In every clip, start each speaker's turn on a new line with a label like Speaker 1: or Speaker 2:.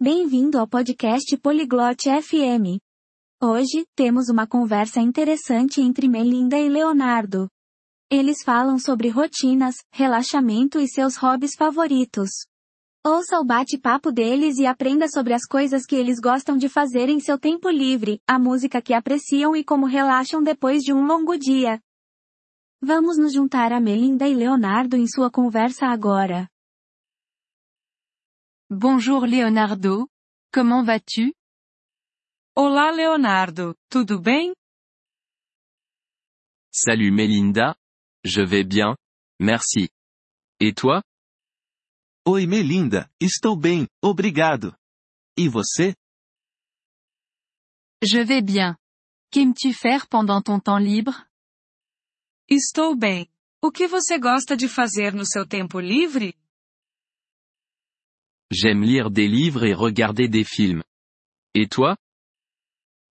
Speaker 1: Bem-vindo ao podcast Poliglote FM. Hoje, temos uma conversa interessante entre Melinda e Leonardo. Eles falam sobre rotinas, relaxamento e seus hobbies favoritos. Ouça o bate-papo deles e aprenda sobre as coisas que eles gostam de fazer em seu tempo livre, a música que apreciam e como relaxam depois de um longo dia. Vamos nos juntar a Melinda e Leonardo em sua conversa agora.
Speaker 2: Bonjour Leonardo. Comment vas-tu?
Speaker 3: Olá Leonardo, tudo bem?
Speaker 4: Salut Melinda. Je vais bien. Merci. Et toi?
Speaker 5: Oi Melinda, estou bem, obrigado. E você?
Speaker 2: Je vais bien. Qu'aimes-tu faire pendant ton temps libre?
Speaker 3: Estou bem. O que você gosta de fazer no seu tempo livre?
Speaker 4: J'aime lire des livres et regarder des films. Et toi?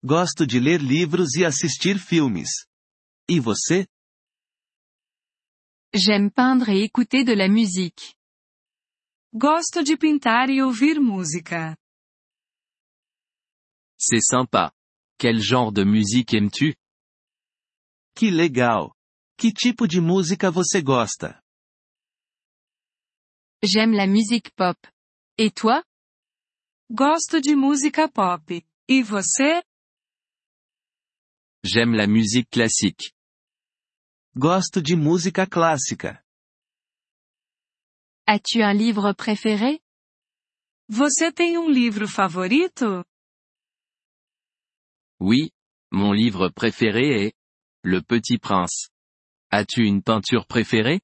Speaker 5: Gosto de ler livros e assistir filmes. E você?
Speaker 2: J'aime peindre et écouter de la musique.
Speaker 3: Gosto de pintar e ouvir música.
Speaker 4: C'est sympa. Quel genre de musique aimes-tu?
Speaker 5: Que legal! Que tipo de música você gosta?
Speaker 2: J'aime la musique pop. Et toi?
Speaker 3: Gosto de música pop. E você?
Speaker 4: J'aime la musique classique.
Speaker 5: Gosto de música clássica.
Speaker 2: As-tu un livre préféré?
Speaker 3: Você tem um livro favorito?
Speaker 4: Oui, mon livre préféré est Le Petit Prince. As-tu une peinture préférée?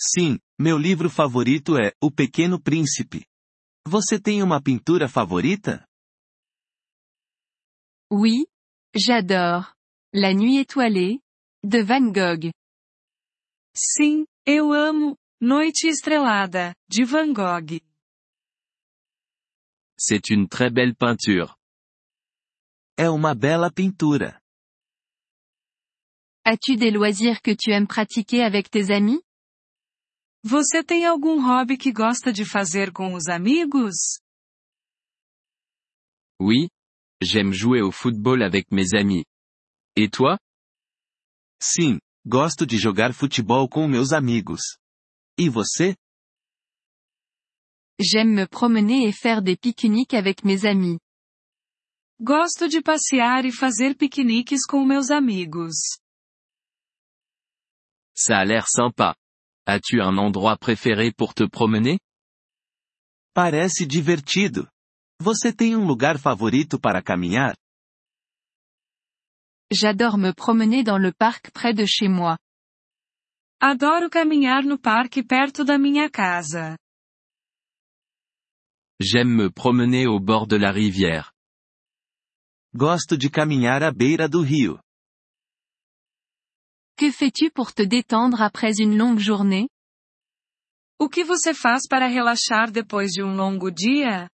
Speaker 5: Sim, meu livro favorito é O Pequeno Príncipe. Você tem uma pintura favorita?
Speaker 2: Oui. J'adore. La nuit étoilée. De Van Gogh.
Speaker 3: Sim, eu amo Noite Estrelada, de Van Gogh.
Speaker 4: C'est une très belle peinture.
Speaker 5: É uma bela pintura.
Speaker 2: As-tu des loisirs que tu aimes pratiquer avec tes amis?
Speaker 3: Você tem algum hobby que gosta de fazer com os amigos?
Speaker 4: Oui. J'aime jouer au football avec mes amis. Et toi?
Speaker 5: Sim, gosto de jogar futebol com meus amigos. E você?
Speaker 2: J'aime me promener et faire des pique-niques avec mes amis.
Speaker 3: Gosto de passear e fazer piqueniques com meus amigos.
Speaker 4: Ça a l'air sympa. As-tu un endroit préféré pour te promener?
Speaker 5: Parece divertido. Você tem um lugar favorito para caminhar?
Speaker 2: J'adore me promener dans le parc près de chez moi.
Speaker 3: Adoro caminhar no parque perto da minha casa.
Speaker 4: J'aime me promener au bord de la rivière.
Speaker 5: Gosto de caminhar à beira do rio.
Speaker 2: Que fais-tu pour te détendre après une longue journée?
Speaker 3: O que você faz para relaxar depois de um longo dia?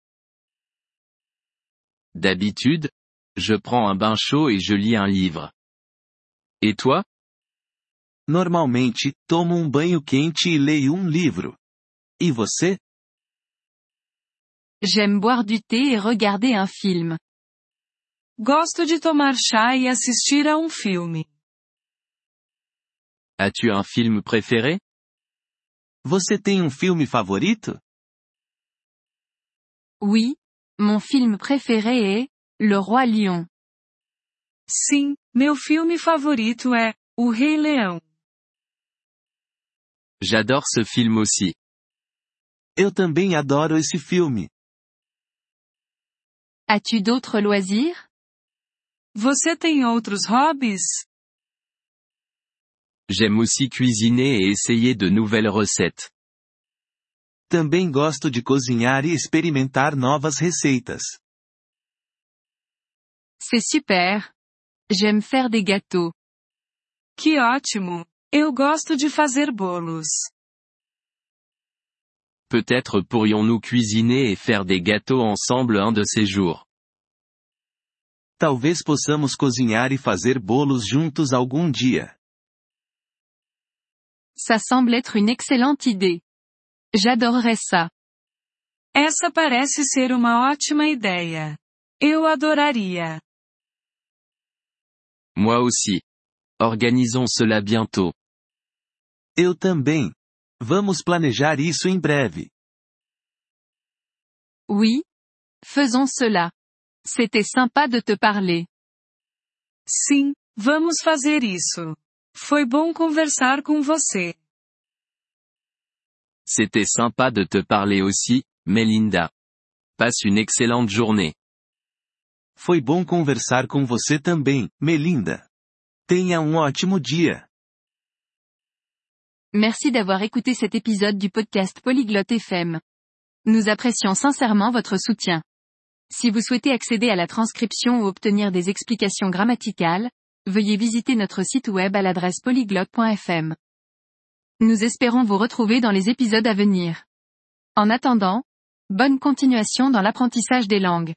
Speaker 4: D'habitude, je prends un bain chaud et je lis un livre. Et toi?
Speaker 5: Normalmente, tomo um banho quente e leio um livro. E você?
Speaker 2: J'aime boire du thé et regarder un film.
Speaker 3: Gosto de tomar chá e assistir a um filme.
Speaker 4: As-tu un film préféré?
Speaker 5: Você tem um filme favorito?
Speaker 2: Oui. Mon film préféré est Le Roi Lion.
Speaker 3: Sim, meu filme favorito é O Rei Leão.
Speaker 4: J'adore ce film aussi.
Speaker 5: Eu também adoro esse filme.
Speaker 2: As-tu d'autres loisirs?
Speaker 3: Você tem outros hobbies?
Speaker 4: J'aime aussi cuisiner et essayer de nouvelles recettes.
Speaker 5: Também gosto de cozinhar e experimentar novas receitas.
Speaker 2: C'est super. J'aime faire des gâteaux.
Speaker 3: Que ótimo! Eu gosto de fazer bolos.
Speaker 4: Peut-être pourrions-nous cuisiner et faire des gâteaux ensemble un de ces jours.
Speaker 5: Talvez possamos cozinhar e fazer bolos juntos algum dia.
Speaker 2: Ça semble être une excellente idée. J'adorerais ça.
Speaker 3: Essa parece ser uma ótima ideia. Eu adoraria.
Speaker 4: Moi aussi. Organisons cela bientôt.
Speaker 5: Eu também. Vamos planejar isso em breve.
Speaker 2: Oui. Faisons cela. C'était sympa de te parler.
Speaker 3: Sim, vamos fazer isso. Foi bom conversar com você.
Speaker 4: C'était sympa de te parler aussi, Melinda. Passe une excellente journée.
Speaker 5: Foi bom conversar com você também, Melinda. Tenha um ótimo dia.
Speaker 2: Merci d'avoir écouté cet épisode du podcast Polyglotte FM. Nous apprécions sincèrement votre soutien. Si vous souhaitez accéder à la transcription ou obtenir des explications grammaticales, veuillez visiter notre site web à l'adresse polyglotte.fm. Nous espérons vous retrouver dans les épisodes à venir. En attendant, bonne continuation dans l'apprentissage des langues.